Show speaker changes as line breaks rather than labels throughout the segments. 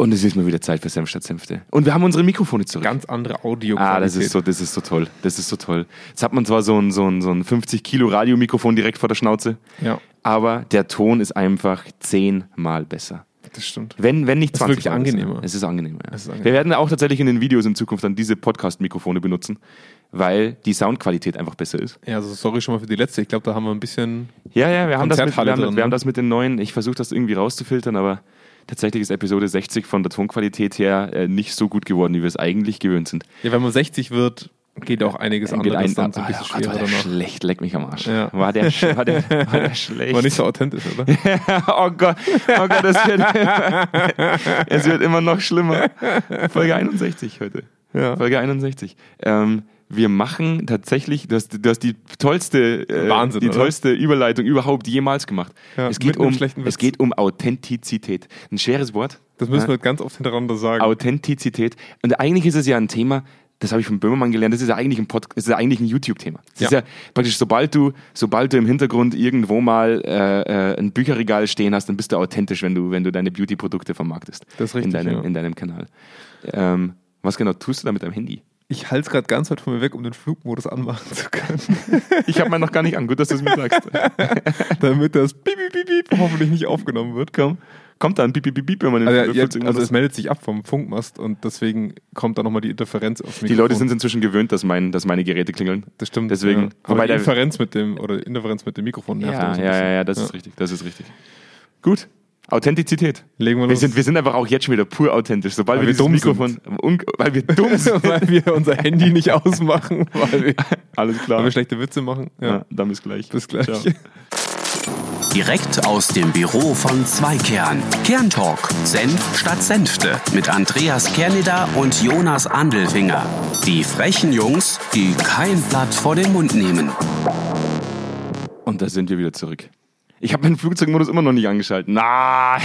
Und es ist mal wieder Zeit für Senf statt Senfte. Und wir haben unsere Mikrofone zurück.
Ganz andere audio
Ah, das ist so, das ist so toll. Das ist so toll. Jetzt hat man zwar so ein, so ein, so ein 50 Kilo Radiomikrofon direkt vor der Schnauze,
Ja,
aber der Ton ist einfach zehnmal besser.
das stimmt.
Wenn, wenn nicht
Es ist
20
wirklich angenehmer.
besser. Es ist angenehmer, ja.
Es ist angenehmer.
Wir werden auch tatsächlich in den Videos in Zukunft dann diese Podcast-Mikrofone benutzen, weil die Soundqualität einfach besser ist.
Ja, also sorry schon mal für die letzte. Ich glaube, da haben wir ein bisschen.
Ja, ja, wir haben, das mit, wir,
Konzerthalle
haben,
drin,
wir haben
ne?
das mit den neuen, ich versuche das irgendwie rauszufiltern, aber tatsächlich ist Episode 60 von der Tonqualität her äh, nicht so gut geworden, wie wir es eigentlich gewöhnt sind.
Ja, wenn man 60 wird, geht auch einiges
Geht
anderes
ein-
dann so ein
Ah,
bisschen
oh Gott, war
schwerer
der
danach.
schlecht, leck mich am Arsch.
Ja.
War, der, sch- war, der, war der schlecht.
War nicht so authentisch, oder?
oh Gott, oh Gott, es wird, es wird immer noch schlimmer. Folge 61 heute.
Ja.
Folge 61. Ähm, wir machen tatsächlich, du hast, du hast die tollste, äh,
Wahnsinn,
die
oder?
tollste Überleitung überhaupt jemals gemacht.
Ja,
es,
mit
geht
einem
um,
schlechten
es
Witz.
geht um Authentizität. Ein schweres Wort.
Das müssen
Ja.
wir ganz oft hintereinander sagen.
Genau. Authentizität. Und eigentlich ist es ja ein Thema, das habe ich von Böhmermann gelernt, das ist ja eigentlich ein, Pod- das ist ja eigentlich ein YouTube-Thema. Das
Ja.
ist ja praktisch, sobald du, sobald du im Hintergrund irgendwo mal äh, äh, ein Bücherregal stehen hast, dann bist du authentisch, wenn du, wenn du deine Beauty-Produkte vermarktest.
Das ist
In
richtig,
deinem,
ja.
in deinem Kanal. Ähm, was genau tust du da mit deinem Handy?
Ich halte es gerade ganz weit von mir weg, um den Flugmodus anmachen zu können,
Ich habe mal noch gar nicht an. Gut, dass du es mir sagst.
damit das piep, piep, piep, piep hoffentlich nicht aufgenommen wird.
Komm, kommt da ein Piep, Piep, Piep, Piep, wenn man den
Also, ja,
Flugzeug-
also es meldet sich ab vom Funkmast und deswegen kommt da nochmal die Interferenz auf mich.
Die Leute sind inzwischen gewöhnt, dass, mein, dass meine Geräte klingeln.
Das stimmt.
Deswegen-
Ja.
Wobei
Aber die
der-
Interferenz mit dem, oder die Interferenz mit dem Mikrofon nervt. immer
Ja,
so ein
ja, ja,
bisschen.
ja, das ist richtig, das ist richtig. Gut. Authentizität.
Legen wir
Wir
los.
sind, wir sind einfach auch jetzt schon wieder pur authentisch, sobald
Weil
wir,
wir
dieses
dumm
Mikrofon, un, weil wir dumm sind.
weil wir unser Handy nicht ausmachen, weil wir,
Alles klar.
weil wir schlechte Witze machen. Ja.
ja, dann bis gleich.
Bis gleich.
Ciao.
Direkt aus dem Büro von Zweikern. Kerntalk. Senf statt Senfte. Mit Andreas Kerneder und Jonas Andelfinger. Die frechen Jungs, die kein Blatt vor den Mund nehmen.
Und da sind wir wieder zurück. Ich habe meinen Flugzeugmodus immer noch nicht angeschalten. Na,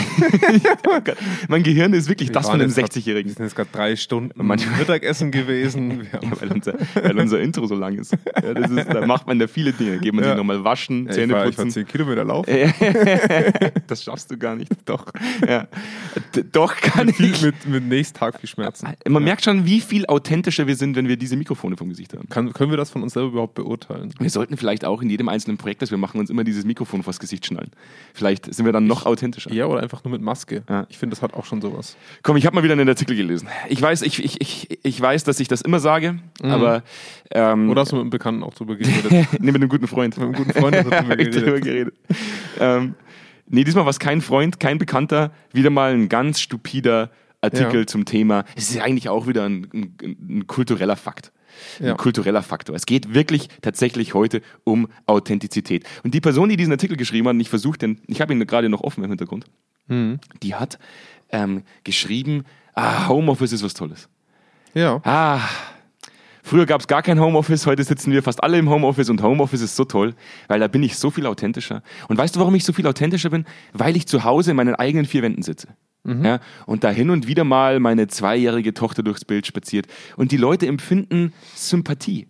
Oh Gott. mein Gehirn ist wirklich das
Wir
von
waren
einem
jetzt grad- Wir
60-Jährigen.
sind jetzt gerade drei Stunden
Manchmal-
Mittagessen gewesen. Wir haben
Ja, weil, unser, weil unser Intro so lang ist. Ja, das ist. Da macht man da viele Dinge. Geht man
Ja.
sich nochmal waschen,
ich
Zähne
war, ich war
putzen. Äh.
10 Kilometer laufen.
das schaffst du gar nicht. Doch. Ja. D doch kann
Viel,
ich.
mit, mit nächsten Tag viel Schmerzen.
Äh, Man merkt schon, wie viel authentischer wir sind, wenn wir diese Mikrofone vom Gesicht haben.
Kann, können wir das von uns selber überhaupt beurteilen?
Wir sollten vielleicht auch in jedem einzelnen Projekt, das wir machen, uns immer dieses Mikrofon vors Gesicht schnallen. Vielleicht sind wir dann noch authentischer.
Ja, oder einfach nur mit Maske.
Ja.
Ich finde, das hat auch schon sowas.
Komm, ich habe mal wieder einen Artikel gelesen. Ich weiß, ich, ich, ich, ich weiß, dass ich das immer sage,
Mhm.
aber ähm,
Oder hast du mit einem Bekannten auch drüber geredet?
nee, mit einem guten Freund.
mit einem guten Freund hast du drüber
Hab ich drüber
geredet.
geredet. ähm, nee, diesmal war es kein Freund, kein Bekannter. Wieder mal ein ganz stupider Artikel
Ja.
zum Thema. Es ist eigentlich auch wieder ein, ein, ein kultureller Fakt. Ein
Ja.
kultureller Faktor. Es geht wirklich tatsächlich heute um Authentizität. Und die Person, die diesen Artikel geschrieben hat, und ich versuche den, ich habe ihn gerade noch offen im Hintergrund,
Mhm.
die hat ähm, geschrieben, ah, Homeoffice ist was Tolles.
Ja.
Ah, früher gab es gar kein Homeoffice, heute sitzen wir fast alle im Homeoffice und Homeoffice ist so toll, weil da bin ich so viel authentischer. Und weißt du, warum ich so viel authentischer bin? Weil ich zu Hause in meinen eigenen vier Wänden sitze. Ja, und da hin und wieder mal meine zweijährige Tochter durchs Bild spaziert. Und die Leute empfinden Sympathie.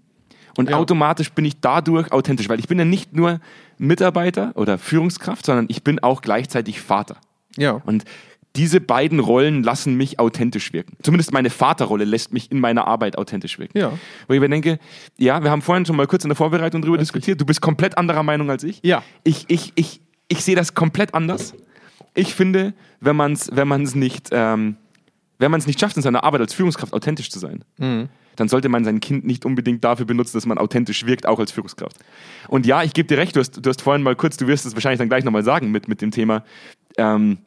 Und
Ja.
automatisch bin ich dadurch authentisch, weil ich bin ja nicht nur Mitarbeiter oder Führungskraft, sondern ich bin auch gleichzeitig Vater.
Ja.
Und diese beiden Rollen lassen mich authentisch wirken. Zumindest meine Vaterrolle lässt mich in meiner Arbeit authentisch wirken.
Ja.
Wo ich mir denke, ja, wir haben vorhin schon mal kurz in der Vorbereitung drüber diskutiert. Du bist komplett anderer Meinung als ich.
Ja.
Ich, ich, ich, ich sehe das komplett anders. Ich finde, wenn man es wenn man's nicht, ähm, wenn man es nicht schafft, in seiner Arbeit als Führungskraft authentisch zu sein,
Mhm.
dann sollte man sein Kind nicht unbedingt dafür benutzen, dass man authentisch wirkt, auch als Führungskraft. Und ja, ich gebe dir recht, du hast, du hast vorhin mal kurz, du wirst es wahrscheinlich dann gleich nochmal sagen mit, mit dem Thema, ähm,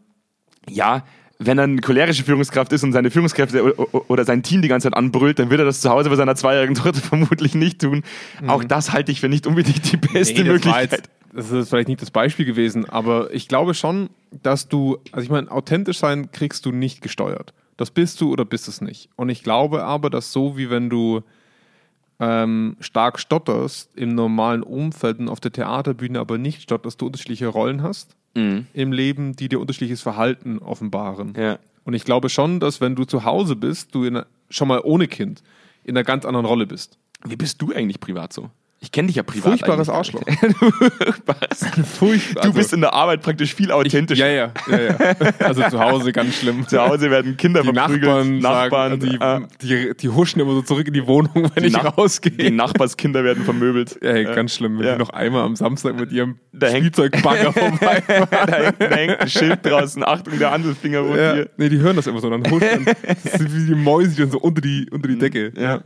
ja, wenn er eine cholerische Führungskraft ist und seine Führungskräfte o- o- oder sein Team die ganze Zeit anbrüllt, dann wird er das zu Hause bei seiner zweijährigen Tochter vermutlich nicht tun. Auch das halte ich für nicht unbedingt die beste
Nee, das war
Möglichkeit.
jetzt- Das ist jetzt vielleicht nicht das Beispiel gewesen, aber ich glaube schon, dass du, also ich meine, authentisch sein kriegst du nicht gesteuert. Das bist du oder bist es nicht. Und ich glaube aber, dass so wie wenn du ähm, stark stotterst im normalen Umfeld und auf der Theaterbühne aber nicht stotterst, du unterschiedliche Rollen hast im Leben, die dir unterschiedliches Verhalten offenbaren.
Mhm. Ja.
Und ich glaube schon, dass wenn du zu Hause bist, du in, einer- schon mal ohne Kind in einer ganz anderen Rolle bist.
Wie bist du eigentlich privat so? Ich kenne dich ja privat.
Furchtbares
eigentlich gar nicht. Furchtbares.
Furchtbar.
Du bist in der Arbeit praktisch viel
ja,
authentischer.
ja, ja, ja. Also zu Hause ganz schlimm.
Zu Hause werden Kinder
Die Nachbarn,
verprügelt,
Nachbarn sagen, also
äh,
die, die, die huschen immer so zurück in die Wohnung, wenn ich
Nach- die
rausgehe.
Nachbarskinder werden vermöbelt.
Ey, ganz schlimm, wenn
Ja.
die noch einmal am Samstag mit ihrem
Da hängt-
Spielzeugbagger vorbei.
da, hängt, da hängt ein Schild draußen. Achtung, der Andelfinger wurde
Ja.
hier.
Nee, die hören das immer so. Dann huschen, das sind wie die Mäuse, die dann so unter die, unter die Decke.
Ja.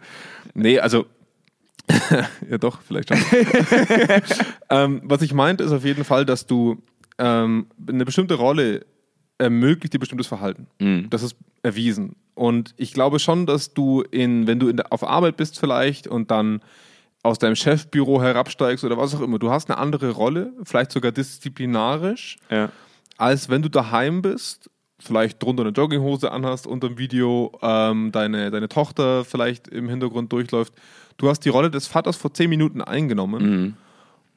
Nee, also. ja, doch, vielleicht schon. ähm, was ich meinte, ist auf jeden Fall, dass du ähm, eine bestimmte Rolle ermöglicht dir bestimmtes Verhalten. Das ist erwiesen. Und ich glaube schon, dass du, in, wenn du in der, auf Arbeit bist, vielleicht und dann aus deinem Chefbüro herabsteigst oder was auch immer, du hast eine andere Rolle, vielleicht sogar disziplinarisch
Ja.
als wenn du daheim bist, vielleicht drunter eine Jogginghose anhast unter dem Video, ähm, deine, deine Tochter vielleicht im Hintergrund durchläuft. Du hast die Rolle des Vaters vor 10 Minuten eingenommen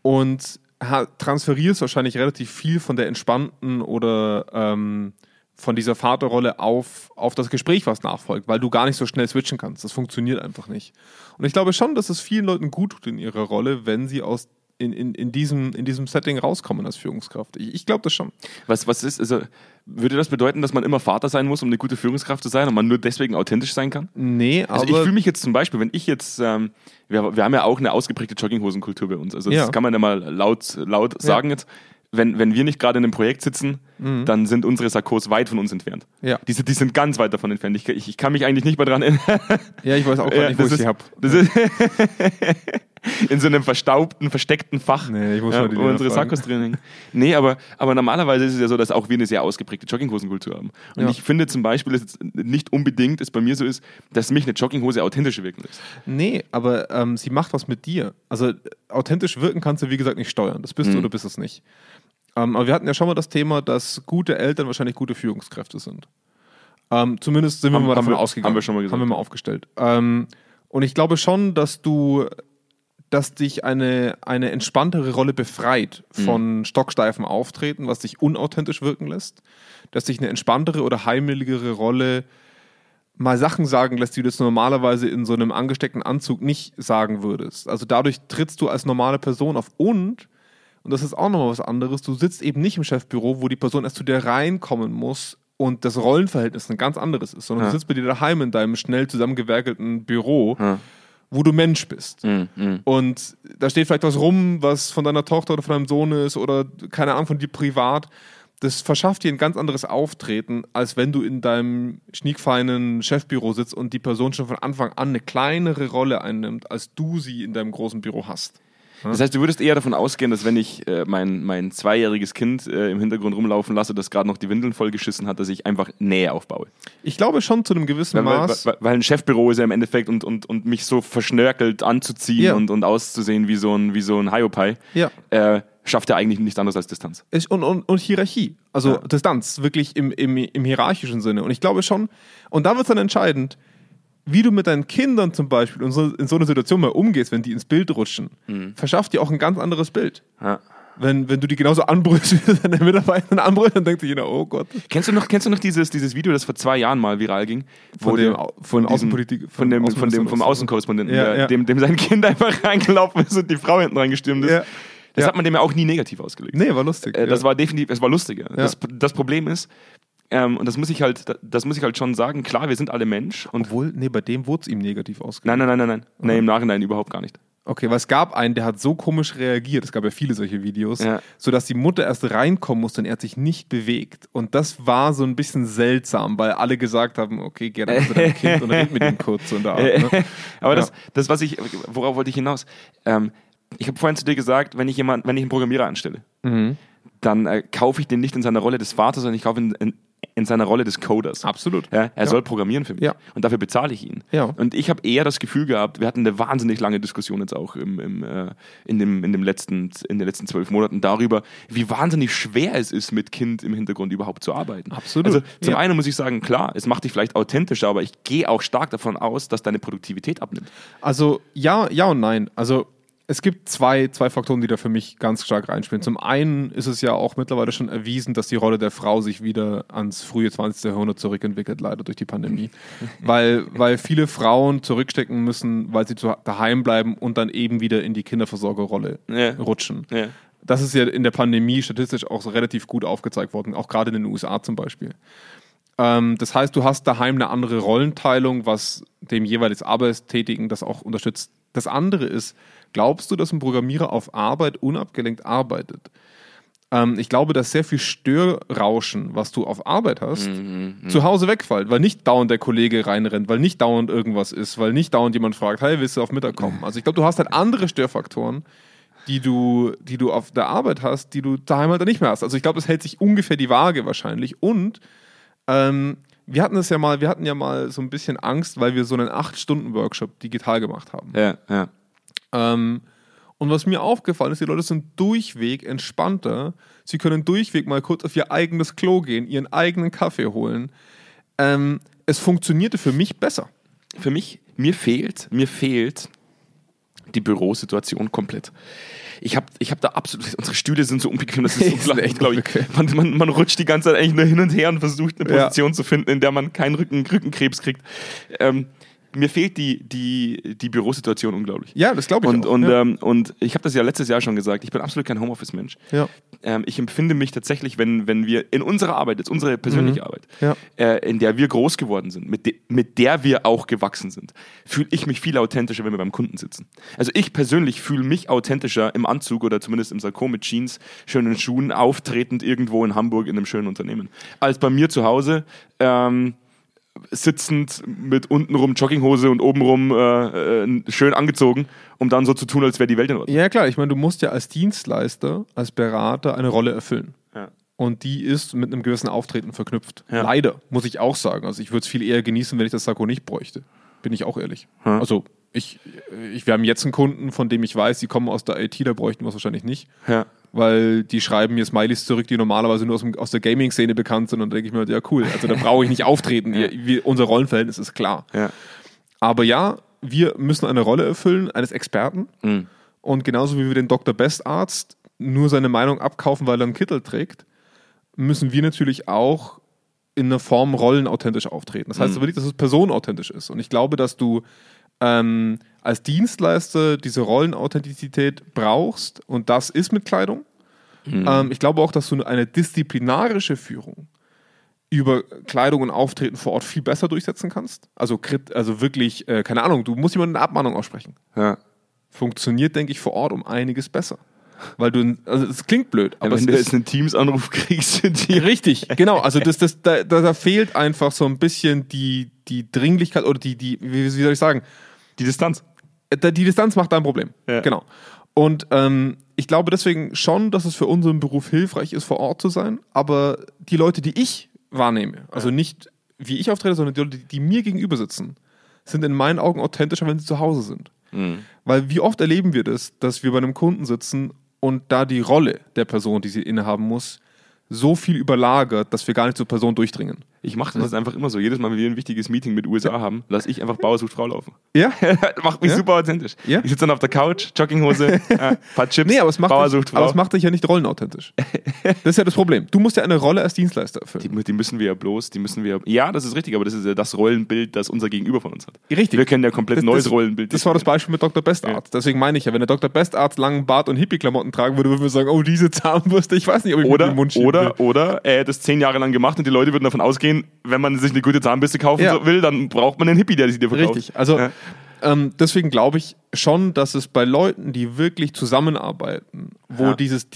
und ha transferierst wahrscheinlich relativ viel von der entspannten oder ähm, von dieser Vaterrolle auf, auf das Gespräch, was nachfolgt, weil du gar nicht so schnell switchen kannst. Das funktioniert einfach nicht. Und ich glaube schon, dass es vielen Leuten gut tut in ihrer Rolle, wenn sie aus in, in, in, diesem, in diesem Setting rauskommen als Führungskraft. Ich, ich glaube das schon.
Was, was ist, also, würde das bedeuten, dass man immer Vater sein muss, um eine gute Führungskraft zu sein und man nur deswegen authentisch sein kann?
Nee, aber
Also ich fühle mich jetzt zum Beispiel, wenn ich jetzt, ähm, wir, wir haben ja auch eine ausgeprägte Jogginghosenkultur bei uns. Also das
Ja.
kann man ja mal laut, laut sagen jetzt. Wenn, wenn wir nicht gerade in einem Projekt sitzen, dann sind unsere Sakkos weit von uns entfernt.
Ja.
Die, sind- die sind ganz weit davon entfernt. Ich, ich, ich kann mich eigentlich nicht mehr dran erinnern.
ja, ich weiß auch gar nicht, wo
das
Oh ich
ist-
sie hab.
Das ist in so einem verstaubten, versteckten Fach,
Nee, ich muss mal die
wo
Lena
unsere
fragen.
Sakkos drin hängen. Nee, aber, aber normalerweise ist es ja so, dass auch wir eine sehr ausgeprägte Jogginghosenkultur haben. Und
Ja.
ich finde zum Beispiel, dass es nicht unbedingt es bei mir so ist, dass mich eine Jogginghose authentisch wirken lässt.
Nee, aber ähm, sie macht was mit dir. Also äh, authentisch wirken kannst du, wie gesagt, nicht steuern. Das
Mhm.
bist du oder bist es nicht. Ähm, aber wir hatten ja schon mal das Thema, dass gute Eltern wahrscheinlich gute Führungskräfte sind. Ähm, zumindest sind
Haben-
wir mal
haben
davon
wir-
ausgegangen.
haben wir schon mal gesagt.
Haben wir mal aufgestellt. Ähm, und ich glaube schon, dass du, dass dich eine, eine entspanntere Rolle befreit
Mhm.
von stocksteifem Auftreten, was dich unauthentisch wirken lässt. Dass dich eine entspanntere oder heimeligere Rolle mal Sachen sagen lässt, die du jetzt normalerweise in so einem angesteckten Anzug nicht sagen würdest. Also dadurch trittst du als normale Person auf und, und das ist auch nochmal was anderes, du sitzt eben nicht im Chefbüro, wo die Person erst zu dir reinkommen muss und das Rollenverhältnis ein ganz anderes ist, sondern
Ja.
du sitzt bei dir daheim in deinem schnell zusammengewerkelten Büro, wo du Mensch bist.
Mhm,
Und da steht vielleicht was rum, was von deiner Tochter oder von deinem Sohn ist oder keine Ahnung von dir privat. Das verschafft dir ein ganz anderes Auftreten, als wenn du in deinem schniekfeinen Chefbüro sitzt und die Person schon von Anfang an eine kleinere Rolle einnimmt, als du sie in deinem großen Büro hast.
Das heißt, du würdest eher davon ausgehen, dass wenn ich äh, mein, mein zweijähriges Kind äh, im Hintergrund rumlaufen lasse, das gerade noch die Windeln vollgeschissen hat, dass ich einfach Nähe aufbaue.
Ich glaube schon zu einem gewissen
Weil, weil,
Maß.
weil- weil ein Chefbüro ist ja im Endeffekt und, und, und mich so verschnörkelt anzuziehen
Ja.
und, und auszusehen wie so ein, wie so ein Hiopai,
Ja.
äh, schafft ja eigentlich nichts anderes als Distanz.
Ist- und, und, und Hierarchie. Also Distanz, wirklich im, im, im hierarchischen Sinne. Und ich glaube schon, und da wird es dann entscheidend, wie du mit deinen Kindern zum Beispiel in so, in so einer Situation mal umgehst, wenn die ins Bild rutschen, verschafft dir auch ein ganz anderes Bild.
Mhm. Ja.
Wenn, wenn du die genauso anbrüllst wie deine Mitarbeiter anbrüllst, dann denkt sich jeder, oh Gott.
Kennst du noch, kennst du noch dieses, dieses Video, das vor zwei Jahren mal viral ging? wo
Von dem
der-
Au- von
diesem-
Außenpolitik-
von dem,
von
von dem, vom
Außenminister-
Außenkorrespondenten,
Ja,
der,
ja.
Dem, dem sein Kind einfach reingelaufen ist und die Frau hinten reingestürmt ist.
Ja.
Das
Ja.
hat man dem ja auch nie negativ ausgelegt.
Nee, war lustig.
Äh, das
ja.
war definitiv, es war lustiger. Das, das Problem ist, ähm, und das muss ich halt, das muss ich halt schon sagen, klar, wir sind alle Mensch und
Obwohl, nee, bei dem wurde es ihm negativ ausgelegt.
nein, nein, nein, nein, nein. Nee, im Nachhinein überhaupt gar nicht.
Okay, weil es gab einen, der hat so komisch reagiert, es gab ja viele solche Videos,
Ja.
sodass die Mutter erst reinkommen musste und er hat sich nicht bewegt. Und das war so ein bisschen seltsam, weil alle gesagt haben, okay, geh dann zu deinem Kind und red mit ihm kurz so in der Art. Ne?
Aber
Ja.
das, das, was ich, worauf wollte ich hinaus? Ähm, ich habe vorhin zu dir gesagt, wenn ich jemand, wenn ich einen Programmierer anstelle,
Mhm.
dann äh, kaufe ich den nicht in seiner Rolle des Vaters, sondern ich kaufe ihn in, in seiner Rolle des Coders.
Absolut.
Ja, er
Ja.
soll programmieren für mich.
Ja.
Und dafür bezahle ich ihn.
Ja.
Und ich habe eher das Gefühl gehabt, wir hatten eine wahnsinnig lange Diskussion jetzt auch im, im, äh, in, dem, in, dem letzten, in den letzten zwölf Monaten darüber, wie wahnsinnig schwer es ist, mit Kind im Hintergrund überhaupt zu arbeiten.
Absolut.
Also zum
Hm, Ja.
einen muss ich sagen, klar, es macht dich vielleicht authentischer, aber ich gehe auch stark davon aus, dass deine Produktivität abnimmt.
Also ja, ja und nein. Also es gibt zwei, zwei Faktoren, die da für mich ganz stark reinspielen. Zum einen ist es ja auch mittlerweile schon erwiesen, dass die Rolle der Frau sich wieder ans frühe 20. Jahrhundert zurückentwickelt, leider durch die Pandemie. weil, weil viele Frauen zurückstecken müssen, weil sie zu, daheim bleiben und dann eben wieder in die Kinderversorgerrolle
Ja.
rutschen.
Ja.
Das ist ja in der Pandemie statistisch auch so relativ gut aufgezeigt worden, auch gerade in den USA zum Beispiel. Ähm, das heißt, du hast daheim eine andere Rollenteilung, was dem jeweils Arbeitstätigen das auch unterstützt. Das andere ist, glaubst du, dass ein Programmierer auf Arbeit unabgelenkt arbeitet? Ähm, ich glaube, dass sehr viel Störrauschen, was du auf Arbeit hast, zu Hause wegfällt, weil nicht dauernd der Kollege reinrennt, weil nicht dauernd irgendwas ist, weil nicht dauernd jemand fragt, hey, willst du auf Mittag kommen? Also ich glaube, du hast halt andere Störfaktoren, die du, die du auf der Arbeit hast, die du daheim halt dann nicht mehr hast. Also ich glaube, das hält sich ungefähr die Waage wahrscheinlich. Und ähm, wir hatten es ja mal, wir hatten ja mal so ein bisschen Angst, weil wir so einen 8-Stunden-Workshop digital gemacht haben.
Ja, ja.
Ähm, und was mir aufgefallen ist, die Leute sind durchweg entspannter. Sie können durchweg mal kurz auf ihr eigenes Klo gehen, ihren eigenen Kaffee holen. Ähm, es funktionierte für mich besser.
Für mich, mir fehlt, mir fehlt die Bürosituation komplett. Ich habe ich hab da absolut, unsere Stühle sind so unbequem, das ist
Ist echt
unglaublich, glaube ich. Man, man, man rutscht die ganze Zeit eigentlich nur hin und her und versucht eine
Ja.
Position zu finden, in der man keinen Rücken, Rückenkrebs kriegt. Ähm, mir fehlt die, die, die Bürosituation unglaublich.
Ja, das glaube ich
Und,
auch.
und,
ja.
ähm, und ich habe das ja letztes Jahr schon gesagt, ich bin absolut kein Homeoffice-Mensch.
Ja.
Ähm, ich empfinde mich tatsächlich, wenn, wenn wir in unserer Arbeit, jetzt unsere persönliche
Mhm.
Arbeit,
Ja.
äh, in der wir groß geworden sind, mit, de mit der wir auch gewachsen sind, fühle ich mich viel authentischer, wenn wir beim Kunden sitzen. Also ich persönlich fühle mich authentischer im Anzug oder zumindest im Sakko mit Jeans, schönen Schuhen, auftretend irgendwo in Hamburg in einem schönen Unternehmen, als bei mir zu Hause. Ähm, sitzend mit untenrum Jogginghose und obenrum äh, äh, schön angezogen, um dann so zu tun, als wäre die Welt in Ordnung.
ja, klar, ich meine, du musst ja als Dienstleister, als Berater eine Rolle erfüllen.
Ja.
Und die ist mit einem gewissen Auftreten verknüpft.
Ja.
Leider, muss ich auch sagen. Also ich würde es viel eher genießen, wenn ich das Sakko nicht bräuchte. Bin ich auch ehrlich.
Hm.
Also ich, ich, wir haben jetzt einen Kunden, von dem ich weiß, die kommen aus der IT, da bräuchten wir es wahrscheinlich nicht.
Ja.
Weil die schreiben mir Smileys zurück, die normalerweise nur aus, dem, aus der Gaming-Szene bekannt sind. Und dann denke ich mir, ja cool, also da brauche ich nicht auftreten. Wir, wir, unser Rollenverhältnis ist klar.
Ja.
Aber ja, wir müssen eine Rolle erfüllen eines Experten. Und genauso wie wir den Dr. Best Arzt nur seine Meinung abkaufen, weil er einen Kittel trägt, müssen wir natürlich auch in einer Form Rollen authentisch auftreten. Das heißt
Mhm.
aber nicht, dass es personenauthentisch ist. Und ich glaube, dass du ähm, als Dienstleister diese Rollenauthentizität brauchst und das ist mit Kleidung.
Mhm.
Ähm, ich glaube auch, dass du eine disziplinarische Führung über Kleidung und Auftreten vor Ort viel besser durchsetzen kannst. Also, krit- also wirklich, äh, keine Ahnung, du musst jemanden eine Abmahnung aussprechen
Ja.
funktioniert, denke ich, vor Ort um einiges besser. Weil du, also es klingt blöd, aber
wenn du
es
jetzt
ist
einen Teams-Anruf kriegst, sind die
richtig, genau. Also das, das, da, da, da fehlt einfach so ein bisschen die, die Dringlichkeit oder die, die, wie, wie soll ich sagen,
die Distanz.
Äh, da- die Distanz macht da ein Problem.
Ja.
Genau. Und ähm, ich glaube deswegen schon, dass es für unseren Beruf hilfreich ist, vor Ort zu sein. Aber die Leute, die ich wahrnehme, also nicht wie ich auftrete, sondern die Leute, die mir gegenüber sitzen, sind in meinen Augen authentischer, wenn sie zu Hause sind. Weil wie oft erleben wir das, dass wir bei einem Kunden sitzen und da die Rolle der Person, die sie innehaben muss, so viel überlagert, dass wir gar nicht zur Person durchdringen.
Ich mache das jetzt einfach immer so. Jedes Mal, wenn wir ein wichtiges Meeting mit USA haben, lasse ich einfach Bauer sucht Frau laufen.
Ja?
macht mich
Ja?
super authentisch.
Ja?
Ich sitze dann auf der Couch, Jogginghose, äh, paar Chips,
Nee, aber es, macht
Bauer sucht
dich,
Frau.
aber es macht dich ja nicht rollenauthentisch. Das ist ja das Problem. Du musst ja eine Rolle als Dienstleister erfüllen.
die, die müssen wir ja bloß, die müssen wir. Ja, das ist richtig, aber das ist ja das Rollenbild, das unser Gegenüber von uns hat.
Richtig.
Wir können ja komplett neues
das,
Rollenbild.
Das war das
definieren.
Beispiel mit Dr. Bestarzt. Deswegen meine ich ja, wenn der Dr. Bestarzt langen Bart und Hippie-Klamotten tragen würde, würden wir sagen, oh, diese Zahnbürste, ich weiß nicht, ob ich mir
Oder,
den Mund schieben will.
oder, oder, äh, das zehn Jahre lang gemacht und die Leute würden davon ausgehen, wenn man sich eine gute Zahnbürste kaufen
Ja.
so- will, dann braucht man einen Hippie, der sie dir verkauft.
Richtig. Also
Ja.
ähm, deswegen glaube ich schon, dass es bei Leuten, die wirklich zusammenarbeiten, wo
Ja.
dieses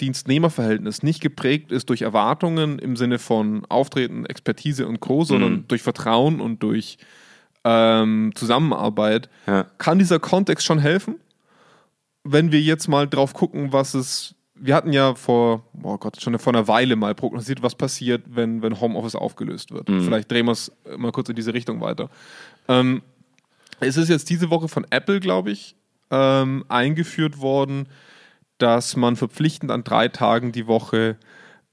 Dienstleister-Dienstnehmer-Verhältnis nicht geprägt ist durch Erwartungen im Sinne von Auftreten, Expertise und Co., sondern
Mhm.
durch Vertrauen und durch ähm, Zusammenarbeit,
Ja.
kann dieser Kontext schon helfen. Wenn wir jetzt mal drauf gucken, was es. Wir hatten ja vor, oh Gott, schon vor einer Weile mal prognostiziert, was passiert, wenn, wenn Homeoffice aufgelöst wird.
Mhm.
Vielleicht drehen wir es mal kurz in diese Richtung weiter. Ähm, es ist jetzt diese Woche von Apple, glaube ich, ähm, eingeführt worden, dass man verpflichtend an drei Tagen die Woche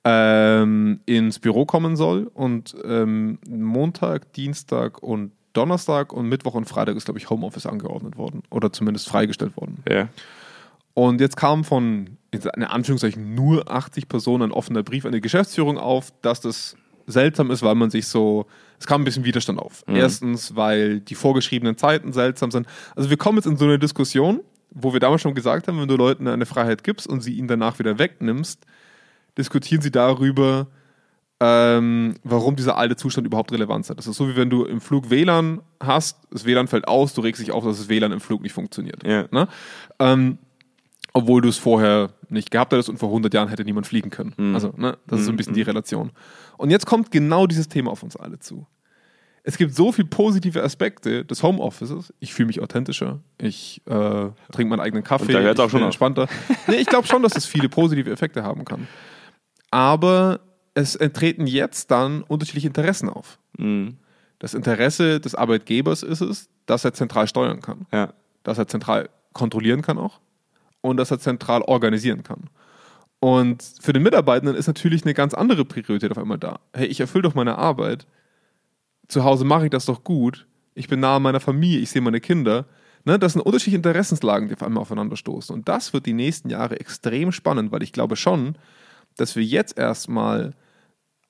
ähm, ins Büro kommen soll und ähm, Montag, Dienstag und Donnerstag und Mittwoch und Freitag ist, glaube ich, Homeoffice angeordnet worden oder zumindest freigestellt worden.
Ja.
Und jetzt kam von, in Anführungszeichen, nur 80 Personen ein offener Brief an die Geschäftsführung auf, dass das seltsam ist, weil man sich so, es kam ein bisschen Widerstand auf. Erstens, weil die vorgeschriebenen Zeiten seltsam sind. Also wir kommen jetzt in so eine Diskussion, wo wir damals schon gesagt haben, wenn du Leuten eine Freiheit gibst und sie ihnen danach wieder wegnimmst, diskutieren sie darüber, ähm, warum dieser alte Zustand überhaupt relevant hat. Das ist so, wie wenn du im Flug WLAN hast, das WLAN fällt aus, du regst dich auf, dass das WLAN im Flug nicht funktioniert.
Ja.
Ne? Ähm, obwohl du es vorher nicht gehabt hättest und vor 100 Jahren hätte niemand fliegen können.
Mhm.
Also, ne, das ist so ein bisschen die Relation. Und jetzt kommt genau dieses Thema auf uns alle zu. Es gibt so viele positive Aspekte des Homeoffices. Ich fühle mich authentischer. Ich äh, trinke meinen eigenen Kaffee.
da hört's
ich
auch schon
bin
auf.
entspannter. Nee, ich glaube schon, dass es viele positive Effekte haben kann. Aber es treten jetzt dann unterschiedliche Interessen auf.
Mhm.
Das Interesse des Arbeitgebers ist es, dass er zentral steuern kann
Ja.
dass er zentral kontrollieren kann auch und dass er zentral organisieren kann. Und für den Mitarbeitenden ist natürlich eine ganz andere Priorität auf einmal da. Hey, ich erfülle doch meine Arbeit. Zu Hause mache ich das doch gut. Ich bin nahe meiner Familie, ich sehe meine Kinder. Ne, das sind unterschiedliche Interessenslagen, die auf einmal aufeinanderstoßen. Und das wird die nächsten Jahre extrem spannend, weil ich glaube schon, dass wir jetzt erstmal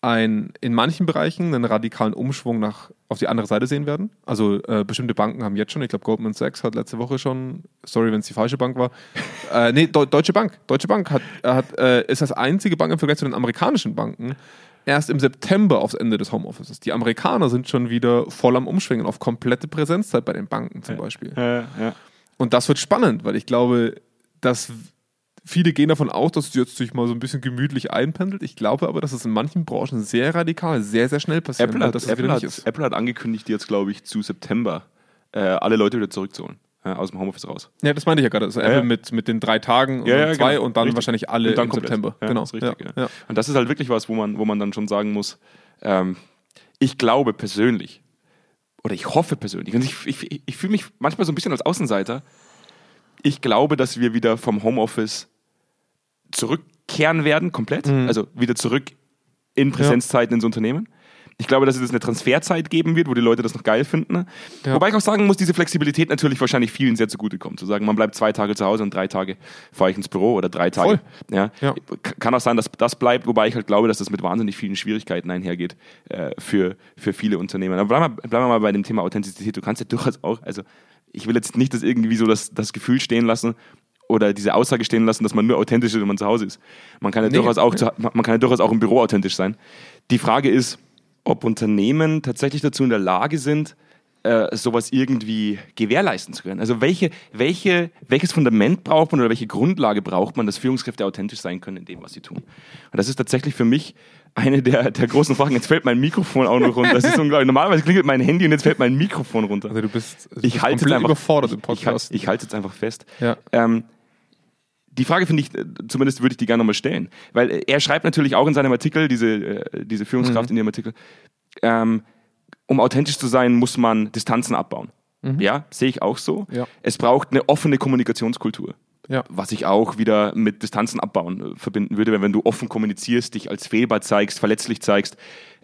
ein, in manchen Bereichen einen radikalen Umschwung nach, auf die andere Seite sehen werden. Also äh, bestimmte Banken haben jetzt schon, ich glaube Goldman Sachs hat letzte Woche schon, sorry, wenn es die falsche Bank war, äh, nee, Deu- Deutsche Bank, Deutsche Bank hat, hat, äh, ist das einzige Bank im Vergleich zu den amerikanischen Banken, erst im September aufs Ende des Homeoffices. Die Amerikaner sind schon wieder voll am Umschwingen auf komplette Präsenzzeit bei den Banken zum Beispiel.
Ja, ja.
Und das wird spannend, weil ich glaube, dass viele gehen davon aus, dass es jetzt sich mal so ein bisschen gemütlich einpendelt. Ich glaube aber, dass es in manchen Branchen sehr radikal, sehr, sehr schnell passiert.
Apple, hat,
dass es
Apple,
wieder
hat,
nicht ist.
Apple hat angekündigt, jetzt, glaube ich, zu September äh, alle Leute wieder zurückzuholen. Ja, aus dem Homeoffice raus.
Ja, das meinte ich ja gerade. Also
ja.
Apple mit, mit den drei Tagen und
Ja, ja,
zwei
genau.
und dann
Richtig.
wahrscheinlich alle
Und dann
im
komplett.
September.
Ja,
genau.
Ist richtig, ja,
ja. Ja.
Und das ist halt wirklich was, wo man, wo man dann schon sagen muss, ähm, ich glaube persönlich, oder ich hoffe persönlich, und ich, ich, ich fühle mich manchmal so ein bisschen als Außenseiter, ich glaube, dass wir wieder vom Homeoffice zurückkehren werden, komplett. Also wieder zurück in Präsenzzeiten ins Unternehmen. Ich glaube, dass es jetzt eine Transferzeit geben wird, wo die Leute das noch geil finden. ne?
Ja.
Wobei ich auch sagen muss, diese Flexibilität natürlich wahrscheinlich vielen sehr zugutekommt. Zu sagen, man bleibt zwei Tage zu Hause und drei Tage fahre ich ins Büro oder drei Tage. Ja.
Ja.
K- Kann auch sein, dass das bleibt, wobei ich halt glaube, dass das mit wahnsinnig vielen Schwierigkeiten einhergeht äh, für, für viele Unternehmen. Aber bleiben wir, bleiben wir mal bei dem Thema Authentizität. Du kannst ja durchaus auch, also ich will jetzt nicht das irgendwie so das, das Gefühl stehen lassen oder diese Aussage stehen lassen, dass man nur authentisch ist, wenn man zu Hause ist. Man kann ja, durchaus, auch zu, man man kann ja durchaus auch im Büro authentisch sein. Die Frage ist, ob Unternehmen tatsächlich dazu in der Lage sind, äh, sowas irgendwie gewährleisten zu können. Also welche, welche, welches Fundament braucht man oder welche Grundlage braucht man, dass Führungskräfte authentisch sein können in dem, was sie tun? Und das ist tatsächlich für mich eine der, der großen Fragen. Jetzt fällt mein Mikrofon auch noch runter. Das ist unglaublich. Normalerweise klingelt mein Handy und jetzt fällt mein Mikrofon runter.
Also du bist, du
ich
bist
halte es einfach
überfordert im
Ich, ich, halte-
Podcast.
ich halte es einfach fest.
Ja.
Ähm, die Frage finde ich, äh, zumindest würde ich die gerne nochmal stellen. Weil äh, er schreibt natürlich auch in seinem Artikel, diese, äh, diese Führungskraft in
Mhm.
dem Artikel, ähm, um authentisch zu sein, muss man Distanzen abbauen. Ja, sehe ich auch so.
Mhm. Ja.
Es braucht eine offene Kommunikationskultur.
Ja.
Was ich auch wieder mit Distanzen abbauen äh, verbinden würde, weil wenn du offen kommunizierst, dich als fehlbar zeigst, verletzlich zeigst,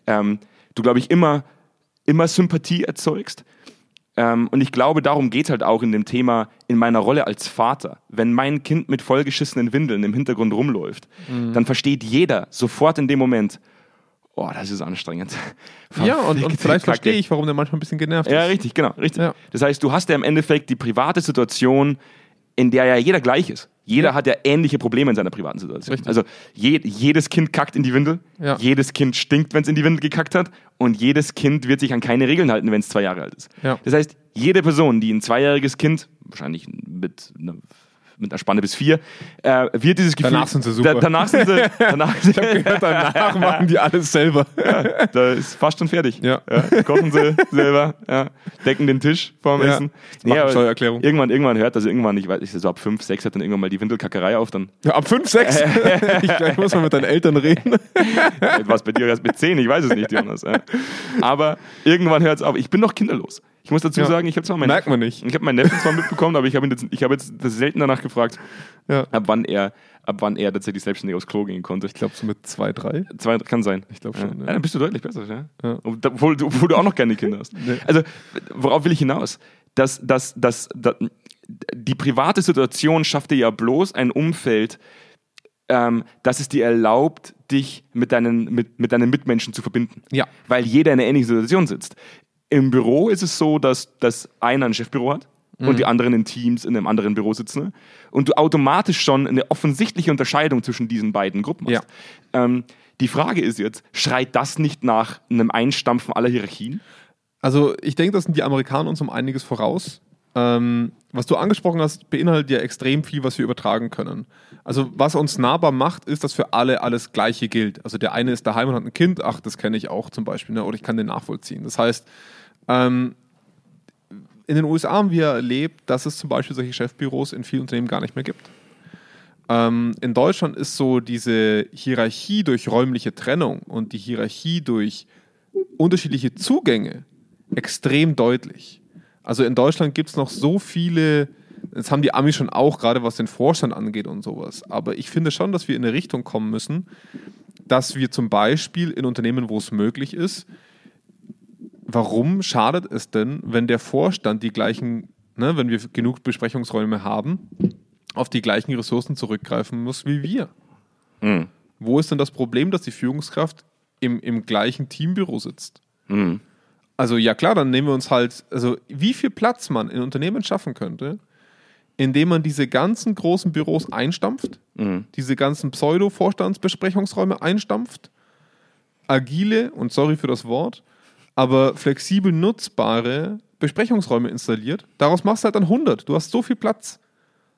ähm, du, glaube ich, immer, immer Sympathie erzeugst. Ähm, und ich glaube, darum geht halt auch in dem Thema, in meiner Rolle als Vater. Wenn mein Kind mit vollgeschissenen Windeln im Hintergrund rumläuft,
Mhm.
dann versteht jeder sofort in dem Moment, oh, das ist anstrengend.
ja, und, und
Verfickte
vielleicht
Kacke.
verstehe ich, warum der manchmal ein bisschen genervt
Ja,
ist.
richtig, genau, richtig.
Ja.
Das heißt, du hast ja im Endeffekt die private Situation, in der ja jeder gleich ist. Jeder hat ja ähnliche Probleme in seiner privaten Situation.
Richtig.
Also je, jedes Kind kackt in die Windel,
Ja.
jedes Kind stinkt, wenn es in die Windel gekackt hat und jedes Kind wird sich an keine Regeln halten, wenn es zwei Jahre alt ist.
Ja.
Das heißt, jede Person, die ein zweijähriges Kind, wahrscheinlich mit einer, mit einer Spanne bis vier, äh, wird dieses Gefühl...
Danach sind sie super.
Da, danach sind sie... Danach,
Danach machen die alles selber.
da ist fast schon fertig.
Ja.
kochen sie selber, ja, decken den Tisch vorm
Ja.
Essen.
Machen
aber
Steuererklärung.
Irgendwann, irgendwann hört das irgendwann, ich weiß nicht, so ab 5, 6 hört dann irgendwann mal die Windelkackerei auf, dann
Ja, ab 5, 6. ich, glaub, ich muss mal mit deinen Eltern reden.
was bei dir erst mit 10, ich weiß es nicht, Jonas. Ja. Aber irgendwann hört es auf. Ich bin noch kinderlos. Ich muss dazu
Ja.
sagen, ich habe zwar meinen
Merkt man nicht.
Ich habe meinen Neffen zwar mitbekommen, aber ich habe ihn jetzt, ich habe jetzt das selten danach gefragt,
Ja.
ab wann er, ab wann er tatsächlich selbstständig aufs Klo gehen konnte. Ich
Ich glaube, so mit zwei, drei.
Zwei, kann sein.
Ich glaub schon,
Ja.
ja.
Ja, dann bist du deutlich besser, ja?
Ja.
Ob- Obwohl, du- obwohl du auch noch keine Kinder hast. Also, worauf will ich hinaus? Dass, dass, dass, dass die private Situation schafft dir ja bloß ein Umfeld, ähm, dass es dir erlaubt, dich mit deinen, mit, mit deinen Mitmenschen zu verbinden.
Ja.
Weil jeder in einer ähnlichen Situation sitzt. Im Büro ist es so, dass, dass einer ein Chefbüro hat und die anderen in Teams in einem anderen Büro sitzen. ne? Und du automatisch schon eine offensichtliche Unterscheidung zwischen diesen beiden Gruppen hast. Ähm, die Frage ist jetzt, schreit das nicht nach einem Einstampfen aller Hierarchien?
Also ich denke, das sind die Amerikaner uns um einiges voraus. Ähm, was du angesprochen hast, beinhaltet ja extrem viel, was wir übertragen können. Also was uns nahbar macht, ist, dass für alle alles Gleiche gilt. Also der eine ist daheim und hat ein Kind, ach, das kenne ich auch zum Beispiel, ne? oder ich kann den nachvollziehen. Das heißt, ähm, in den USA haben wir erlebt, dass es zum Beispiel solche Chefbüros in vielen Unternehmen gar nicht mehr gibt. Ähm, in Deutschland ist so diese Hierarchie durch räumliche Trennung und die Hierarchie durch unterschiedliche Zugänge extrem deutlich. Also in Deutschland gibt es noch so viele, das haben die Amis schon auch, gerade was den Vorstand angeht und sowas. Aber ich finde schon, dass wir in eine Richtung kommen müssen, dass wir zum Beispiel in Unternehmen, wo es möglich ist, warum schadet es denn, wenn der Vorstand die gleichen, ne, wenn wir genug Besprechungsräume haben, auf die gleichen Ressourcen zurückgreifen muss wie wir? Wo ist denn das Problem, dass die Führungskraft im, im gleichen Teambüro sitzt? Also ja klar, dann nehmen wir uns halt, also wie viel Platz man in Unternehmen schaffen könnte, indem man diese ganzen großen Büros einstampft, diese ganzen Pseudo-Vorstandsbesprechungsräume einstampft, agile und sorry für das Wort, aber flexibel nutzbare Besprechungsräume installiert. Daraus machst du halt dann 100. Du hast so viel Platz,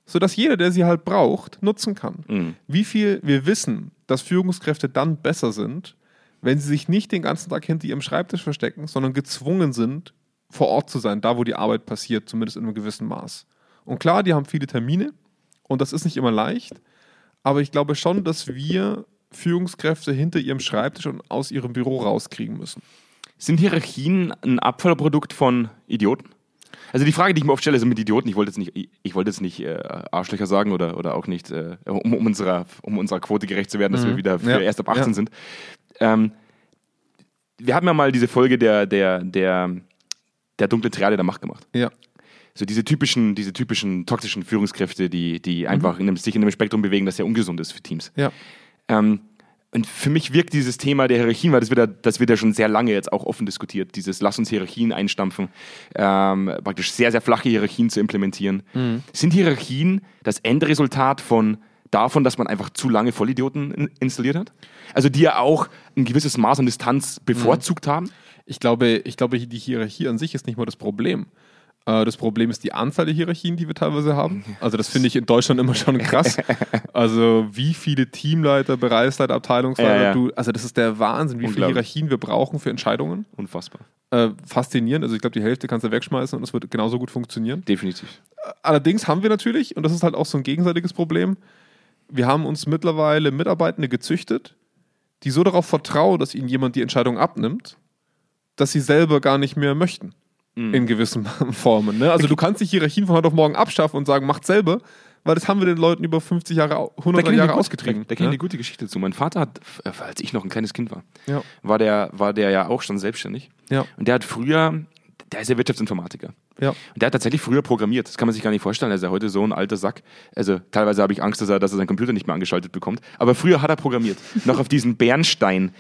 sodass jeder, der sie halt braucht, nutzen kann. Wie viel wir wissen, dass Führungskräfte dann besser sind, wenn sie sich nicht den ganzen Tag hinter ihrem Schreibtisch verstecken, sondern gezwungen sind, vor Ort zu sein, da wo die Arbeit passiert, zumindest in einem gewissen Maß. Und klar, die haben viele Termine und das ist nicht immer leicht, aber ich glaube schon, dass wir Führungskräfte hinter ihrem Schreibtisch und aus ihrem Büro rauskriegen müssen.
Sind Hierarchien ein Abfallprodukt von Idioten? Also die Frage, die ich mir oft stelle, ist mit Idioten, ich wollte jetzt nicht, ich wollte jetzt nicht äh, Arschlöcher sagen oder, oder auch nicht, äh, um, um, unserer, um unserer Quote gerecht zu werden, dass wir wieder für
Mhm. Ja.
erst ab 18
Ja.
sind. Ähm, wir hatten ja mal diese Folge der, der, der, der dunklen Triade der Macht gemacht.
Ja.
So diese typischen, diese typischen toxischen Führungskräfte, die,
Mhm.
die einfach in einem, sich in einem Spektrum bewegen, das ja ungesund ist für Teams.
Ja.
Ähm, und für mich wirkt dieses Thema der Hierarchien, weil das wird, ja, das wird ja schon sehr lange jetzt auch offen diskutiert, dieses Lass uns Hierarchien einstampfen, ähm, praktisch sehr, sehr flache Hierarchien zu implementieren.
Mhm.
Sind Hierarchien das Endresultat von davon, dass man einfach zu lange Vollidioten in installiert hat? Also die ja auch ein gewisses Maß an Distanz
Mhm.
bevorzugt haben?
Ich glaube, ich glaube, die Hierarchie an sich ist nicht mal das Problem. Äh, Das Problem ist die Anzahl der Hierarchien, die wir teilweise haben. Also das finde ich in Deutschland immer schon krass. Also wie viele Teamleiter, Bereichsleiter, Abteilungsleiter
Ja, ja.
du, also das ist der Wahnsinn, wie viele
Unglaublich.
Hierarchien wir brauchen für Entscheidungen.
Unfassbar.
Äh, faszinierend, also ich glaube, die Hälfte kannst du wegschmeißen und es wird genauso gut funktionieren.
Definitiv.
Allerdings haben wir natürlich, und das ist halt auch so ein gegenseitiges Problem, wir haben uns mittlerweile Mitarbeitende gezüchtet, die so darauf vertrauen, dass ihnen jemand die Entscheidung abnimmt, dass sie selber gar nicht mehr möchten.
Mhm.
In gewissen Formen. Ne? Also, du kannst nicht Hierarchien von heute auf morgen abschaffen und sagen, macht selber, weil das haben wir den Leuten über 50 Jahre, 100
ich
Jahre
eine gut-
ausgetrieben.
Da, da kenne ich
ne?
eine gute Geschichte zu. Mein Vater hat, äh, als ich noch ein kleines Kind war,
Ja.
war, der, war der ja auch schon selbstständig.
Ja.
Und der hat früher, der ist ja Wirtschaftsinformatiker.
Ja.
Und der hat tatsächlich früher programmiert. Das kann man sich gar nicht vorstellen. Er ist ja heute so ein alter Sack. Also teilweise habe ich Angst, dass er, dass er seinen Computer nicht mehr angeschaltet bekommt. Aber früher hat er programmiert. noch auf diesen Bernstein,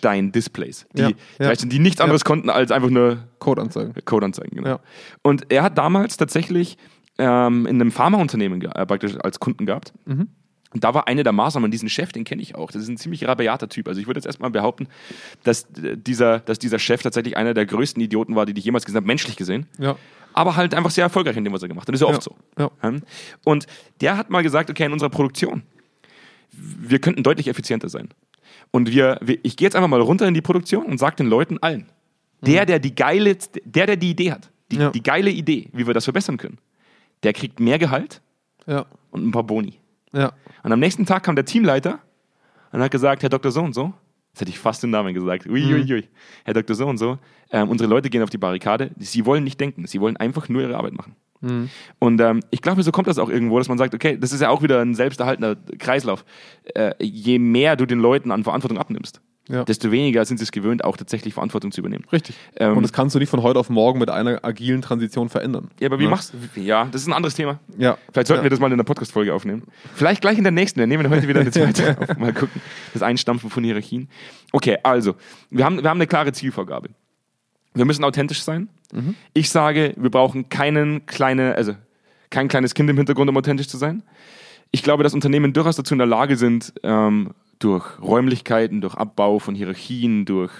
Bernstein-Displays. Die,
Ja,
die,
ja.
weißt du, die nichts anderes konnten als einfach nur
Code anzeigen.
Code anzeigen. Genau.
Ja.
Und er hat damals tatsächlich ähm, in einem Pharmaunternehmen ge- äh, praktisch als Kunden gehabt.
Mhm.
Und da war eine der Maßnahmen, diesen Chef, den kenne ich auch. Das ist ein ziemlich rabiater Typ. Also ich würde jetzt erstmal behaupten, dass äh, dieser, dass dieser Chef tatsächlich einer der größten Idioten war, die ich jemals gesehen habe, menschlich gesehen.
Ja.
Aber halt einfach sehr erfolgreich in dem, was er gemacht hat. Das ist ja oft
Ja.
so.
Ja.
Hm? Und der hat mal gesagt, okay, in unserer Produktion, wir könnten deutlich effizienter sein. Und wir, wir ich gehe jetzt einfach mal runter in die Produktion und sage den Leuten allen, der, der die geile, der, der die Idee hat, die,
Mhm. Ja.
die geile Idee, wie wir das verbessern können, der kriegt mehr Gehalt
Ja.
und ein paar Boni.
Ja.
Und am nächsten Tag kam der Teamleiter und hat gesagt, Herr Dr. So und so, Jetzt hätte ich fast den Namen gesagt.
Mhm.
Uiuiui. Herr Dr. So und so. Ähm, unsere Leute gehen auf die Barrikade. Sie wollen nicht denken. Sie wollen einfach nur ihre Arbeit machen.
Mhm.
Und ähm, ich glaube, so kommt das auch irgendwo, dass man sagt, okay, das ist ja auch wieder ein selbsterhaltender Kreislauf. Äh, je mehr du den Leuten an Verantwortung abnimmst,
Ja.
desto weniger sind sie es gewöhnt, auch tatsächlich Verantwortung zu übernehmen.
Richtig.
Ähm,
und das kannst du nicht von heute auf morgen mit einer agilen Transition verändern.
Ja, aber wie
Ja.
machst du? Ja, das ist ein anderes Thema.
Ja.
Vielleicht sollten
Ja.
wir das mal in der Podcast-Folge aufnehmen. Vielleicht gleich in der nächsten. Dann nehmen wir heute wieder eine zweite auf. Mal gucken. Das Einstampfen von Hierarchien. Okay, also, wir haben, wir haben eine klare Zielvorgabe. Wir müssen authentisch sein. Ich sage, wir brauchen keinen kleine, also kein kleines Kind im Hintergrund, um authentisch zu sein. Ich glaube, dass Unternehmen durchaus dazu in der Lage sind, ähm, durch Räumlichkeiten, durch Abbau von Hierarchien, durch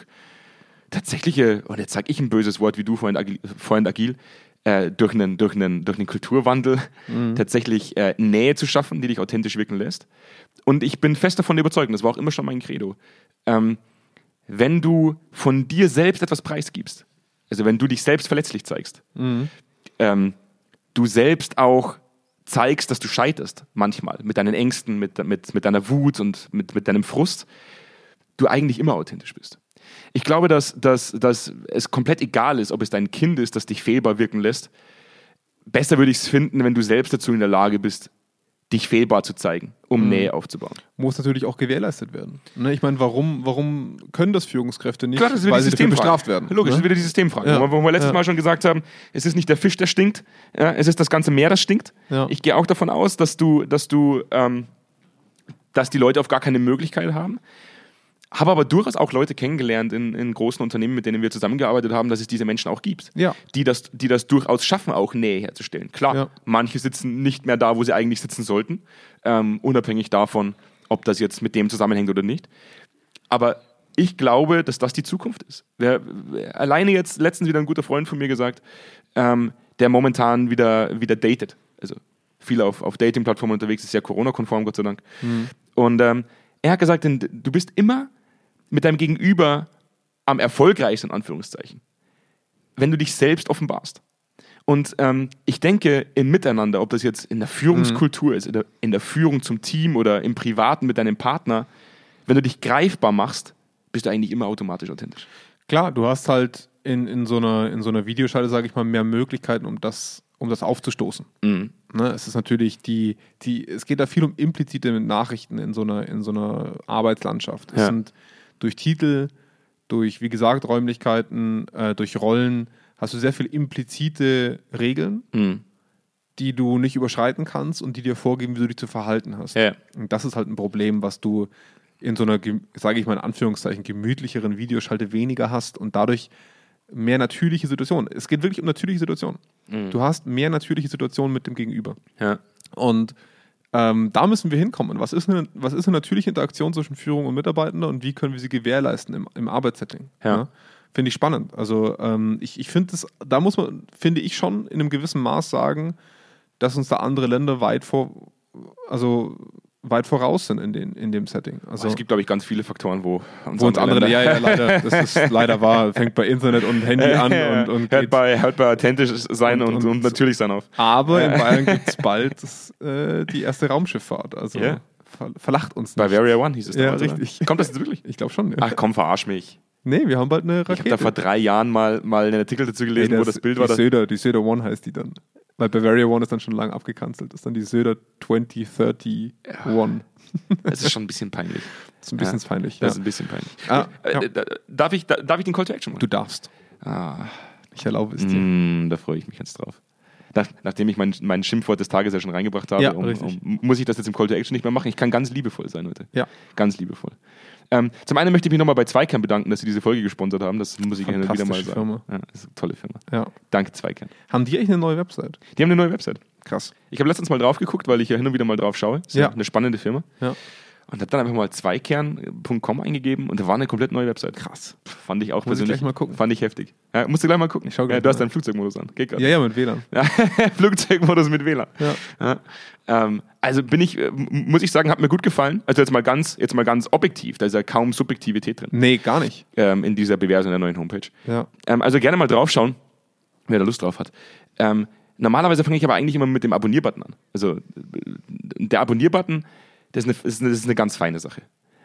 tatsächliche, und jetzt sage ich ein böses Wort wie du vorhin agil, vorhin agil äh, durch, einen, durch, einen, durch einen Kulturwandel tatsächlich äh, Nähe zu schaffen, die dich authentisch wirken lässt. Und ich bin fest davon überzeugt, das war auch immer schon mein Credo, ähm, wenn du von dir selbst etwas preisgibst, also wenn du dich selbst verletzlich zeigst, ähm, du selbst auch zeigst, dass du scheiterst manchmal mit deinen Ängsten, mit, mit, mit deiner Wut und mit, mit deinem Frust, du eigentlich immer authentisch bist. Ich glaube, dass, dass, dass es komplett egal ist, ob es dein Kind ist, das dich fehlbar wirken lässt. Besser würde ich es finden, wenn du selbst dazu in der Lage bist, dich fehlbar zu zeigen, um Nähe aufzubauen.
muss natürlich auch gewährleistet werden. Ne? Ich meine, warum, warum können das Führungskräfte nicht,
Klar, das ist wieder
weil
die
sie dafür
Systemfrage.
bestraft werden?
Logisch, das ist
ne?
wieder die Systemfrage.
Ja.
Wo, wir- wo wir letztes
Ja.
Mal schon gesagt haben, es ist nicht der Fisch, der stinkt, ja, es ist das ganze Meer, das stinkt.
Ja.
Ich gehe auch davon aus, dass du, dass du, ähm, dass die Leute auf gar keine Möglichkeit haben. Habe aber durchaus auch Leute kennengelernt in, in großen Unternehmen, mit denen wir zusammengearbeitet haben, dass es diese Menschen auch gibt.
Ja.
Die, das, die das durchaus schaffen, auch Nähe herzustellen. Klar,
Ja.
manche sitzen nicht mehr da, wo sie eigentlich sitzen sollten, ähm, unabhängig davon, ob das jetzt mit dem zusammenhängt oder nicht. Aber ich glaube, dass das die Zukunft ist. Wer, wer, alleine jetzt letztens wieder ein guter Freund von mir gesagt, ähm, der momentan wieder, wieder datet. Also viel auf, auf Dating-Plattformen unterwegs ist, ja Corona-konform, Gott sei Dank. Und ähm, er hat gesagt, denn du bist immer mit deinem Gegenüber am erfolgreichsten, in Anführungszeichen, wenn du dich selbst offenbarst. Und ähm, ich denke, im Miteinander, ob das jetzt in der Führungskultur
Mhm.
ist, in der, in der Führung zum Team oder im Privaten mit deinem Partner, wenn du dich greifbar machst, bist du eigentlich immer automatisch authentisch.
Klar, du hast halt in, in, so einer, in so einer Videoschalte, sage ich mal, mehr Möglichkeiten, um das, um das aufzustoßen.
Mhm.
Ne? Es ist natürlich die, die, es geht da viel um implizite Nachrichten in so einer, in so einer Arbeitslandschaft. Es
Ja.
sind durch Titel, durch, wie gesagt, Räumlichkeiten, äh, durch Rollen, hast du sehr viel implizite Regeln, die du nicht überschreiten kannst und die dir vorgeben, wie du dich zu verhalten hast.
Ja.
Und das ist halt ein Problem, was du in so einer, sage ich mal in Anführungszeichen, gemütlicheren Videoschalte weniger hast und dadurch mehr natürliche Situationen. Es geht wirklich um natürliche Situationen. Du hast mehr natürliche Situationen mit dem Gegenüber.
Ja.
Und ähm, da müssen wir hinkommen. Was ist, eine, was ist eine natürliche Interaktion zwischen Führung und Mitarbeitenden und wie können wir sie gewährleisten im, im Arbeitssetting? Ne?
Ja.
Finde ich spannend. Also ähm, ich, ich finde das, da muss man, finde ich schon in einem gewissen Maß sagen, dass uns da andere Länder weit vor, also weit voraus sind in, den, in dem Setting. Also
Es gibt, glaube ich, ganz viele Faktoren, wo uns
wo uns andere,
Länder-
ja, ja, leider, das ist leider wahr, fängt bei Internet und Handy an und, und
hört,
geht-
bei, hört bei authentisch sein und,
Und-
und,
und-
natürlich sein auf.
Aber in
Äh.
Bayern gibt es bald das, äh, die erste Raumschifffahrt. Also
Ja.
ver verlacht uns nicht.
Bavaria One hieß es
Ja,
damals, oder?
richtig.
Kommt das jetzt wirklich?
Ich glaube schon. Ja.
Ach komm, verarsch mich.
Nee, wir haben bald eine
Ich habe
Rakete.
da vor drei Jahren mal, mal einen Artikel dazu gelesen,
Nee,
wo das Bild
die
war. dass-
Söder, die Söder One heißt die dann. Weil Bavaria One ist dann schon lange abgekanzelt. Ist dann die Söder 2031.
Das ist schon ein bisschen peinlich.
Ist ein bisschen
Ja,
peinlich.
Das ist
ja.
ein bisschen peinlich.
Ah,
Äh,
ja.
äh, da- darf, ich, da, darf ich den Call to Action
Du
machen?
darfst.
Ah,
Ich erlaube es dir.
mm, da freue ich mich jetzt drauf. Nach, nachdem ich mein, mein Schimpfwort des Tages ja schon reingebracht habe,
Ja,
um,
richtig.
um, muss ich das jetzt im Call to Action nicht mehr machen. Ich kann ganz liebevoll sein heute.
Ja.
Ganz liebevoll. Ähm, zum einen möchte ich mich nochmal bei Zweikern bedanken, dass sie diese Folge gesponsert haben. Das muss ich gerne wieder mal
Fantastische
sagen.
Firma.
Ja, das ist eine tolle Firma.
Ja.
Danke, Zweikern.
Haben die eigentlich eine neue Website?
Die haben eine neue Website.
Krass.
Ich habe letztens mal drauf geguckt, weil ich ja hin und wieder mal drauf schaue. Ist ja.
Ja.
eine spannende Firma.
Ja.
Und habe dann einfach mal zweikern.com eingegeben und da war eine komplett neue Website. Krass. Fand ich auch
Muss ich
persönlich.
gleich mal gucken.
Fand ich heftig. Ja, musst du gleich mal gucken.
Ich schau gleich
ja, du hast
mal.
deinen Flugzeugmodus an. Geht grad.
Ja, ja, mit WLAN.
Ja, Flugzeugmodus mit WLAN.
Ja.
Ja. Ähm, also bin ich, äh, m- muss ich sagen, hat mir gut gefallen. Also jetzt mal ganz, jetzt mal ganz objektiv, da ist ja kaum Subjektivität drin
Nee, gar nicht.
ähm, in dieser Bewertung der neuen Homepage.
Ja.
Ähm, also gerne mal draufschauen, wer da Lust drauf hat. Ähm, normalerweise fange ich aber eigentlich immer mit dem Abonnier-Button an. Also äh, der Abonnier-Button, das, ist eine- das ist eine- das ist eine ganz feine Sache.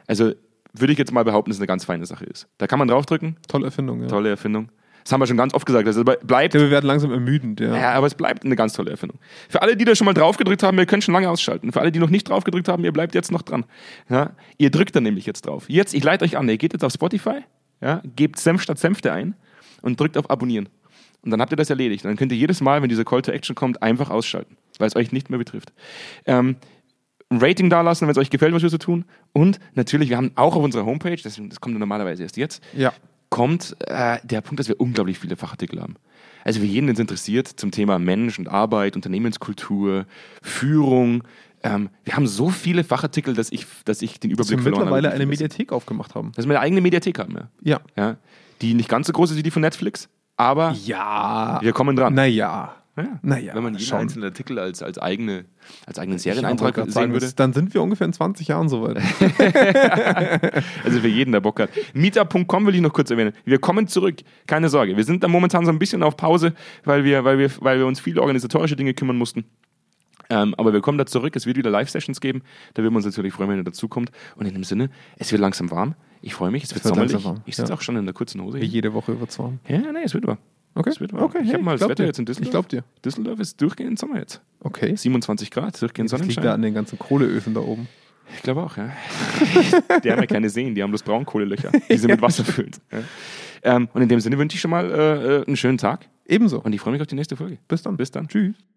Also würde ich jetzt mal behaupten, ist eine ganz feine Sache ist. Da kann man draufdrücken.
Tolle Erfindung, ja.
Tolle Erfindung. Das haben wir schon ganz oft gesagt. Also ble-
Ich
bleibt,
glaube, wir werden langsam ermüdend, ja.
ja, aber es bleibt eine ganz tolle Erfindung. Für alle, die da schon mal draufgedrückt haben, ihr könnt schon lange ausschalten. Für alle, die noch nicht draufgedrückt haben, ihr bleibt jetzt noch dran. Ja, ihr drückt dann nämlich jetzt drauf. Jetzt, ich leite euch an, ihr geht jetzt auf Spotify, ja, gebt Senf statt Senfte ein und drückt auf Abonnieren. Und dann habt ihr das erledigt. Dann könnt ihr jedes Mal, wenn diese Call to Action kommt, einfach ausschalten, weil es euch nicht mehr betrifft. Ähm, ein Rating dalassen, wenn es euch gefällt, was wir so tun. Und natürlich, wir haben auch auf unserer Homepage, deswegen, das kommt ja normalerweise erst jetzt,
Ja.
kommt äh, der Punkt, dass wir unglaublich viele Fachartikel haben. Also für jeden, den es interessiert, zum Thema Mensch und Arbeit, Unternehmenskultur, Führung. Ähm, wir haben so viele Fachartikel, dass ich, dass ich den
Dass wir
Überblick verloren
mittlerweile
habe.
eine Mediathek aufgemacht haben.
Dass wir eine eigene Mediathek haben, ja.
Ja.
ja. Die nicht ganz so groß ist wie die von Netflix, aber
Ja.
wir kommen dran.
Naja.
Ja.
Naja.
Wenn man jeden
schon.
einzelnen Artikel als, als, eigene, als eigenen
Ich wollte
Serieneintrag
gerade
sehen
sagen,
würde.
das- Dann sind wir ungefähr in 20 Jahren soweit.
Also für jeden, der Bock hat. Meetup.com will ich noch kurz erwähnen. Wir kommen zurück. Keine Sorge. Wir sind da momentan so ein bisschen auf Pause, weil wir, weil wir, weil wir uns viele organisatorische Dinge kümmern mussten. Ähm, aber wir kommen da zurück. Es wird wieder Live-Sessions geben. Da würden wir uns natürlich freuen, wenn ihr dazukommt. Und in dem Sinne, es wird langsam warm. Ich freue mich. Es wird,
wird
sommerlich.
langsam warm,
Ich sitze
ja.
auch schon in der kurzen Hose.
Wie
hier.
jede Woche über Zorn.
Ja, nee, es wird warm.
Okay.
Es wird warm.
Okay,
ich
hey,
habe mal das
ich glaub
Wetter
dir.
jetzt in Düsseldorf.
Ich glaub dir.
Düsseldorf ist durchgehend Sommer jetzt.
Okay.
27 Grad, durchgehend
Das liegt
Sonnenschein.
da an den ganzen Kohleöfen da oben.
Ich glaube auch, ja. die haben ja keine Seen, die haben bloß Braunkohlelöcher, die sie mit Wasser füllt. Ja. Ähm, und in dem Sinne wünsche ich schon mal äh, äh, einen schönen Tag
Ebenso.
und ich freue mich auf die nächste Folge.
Bis dann.
Bis dann. Tschüss.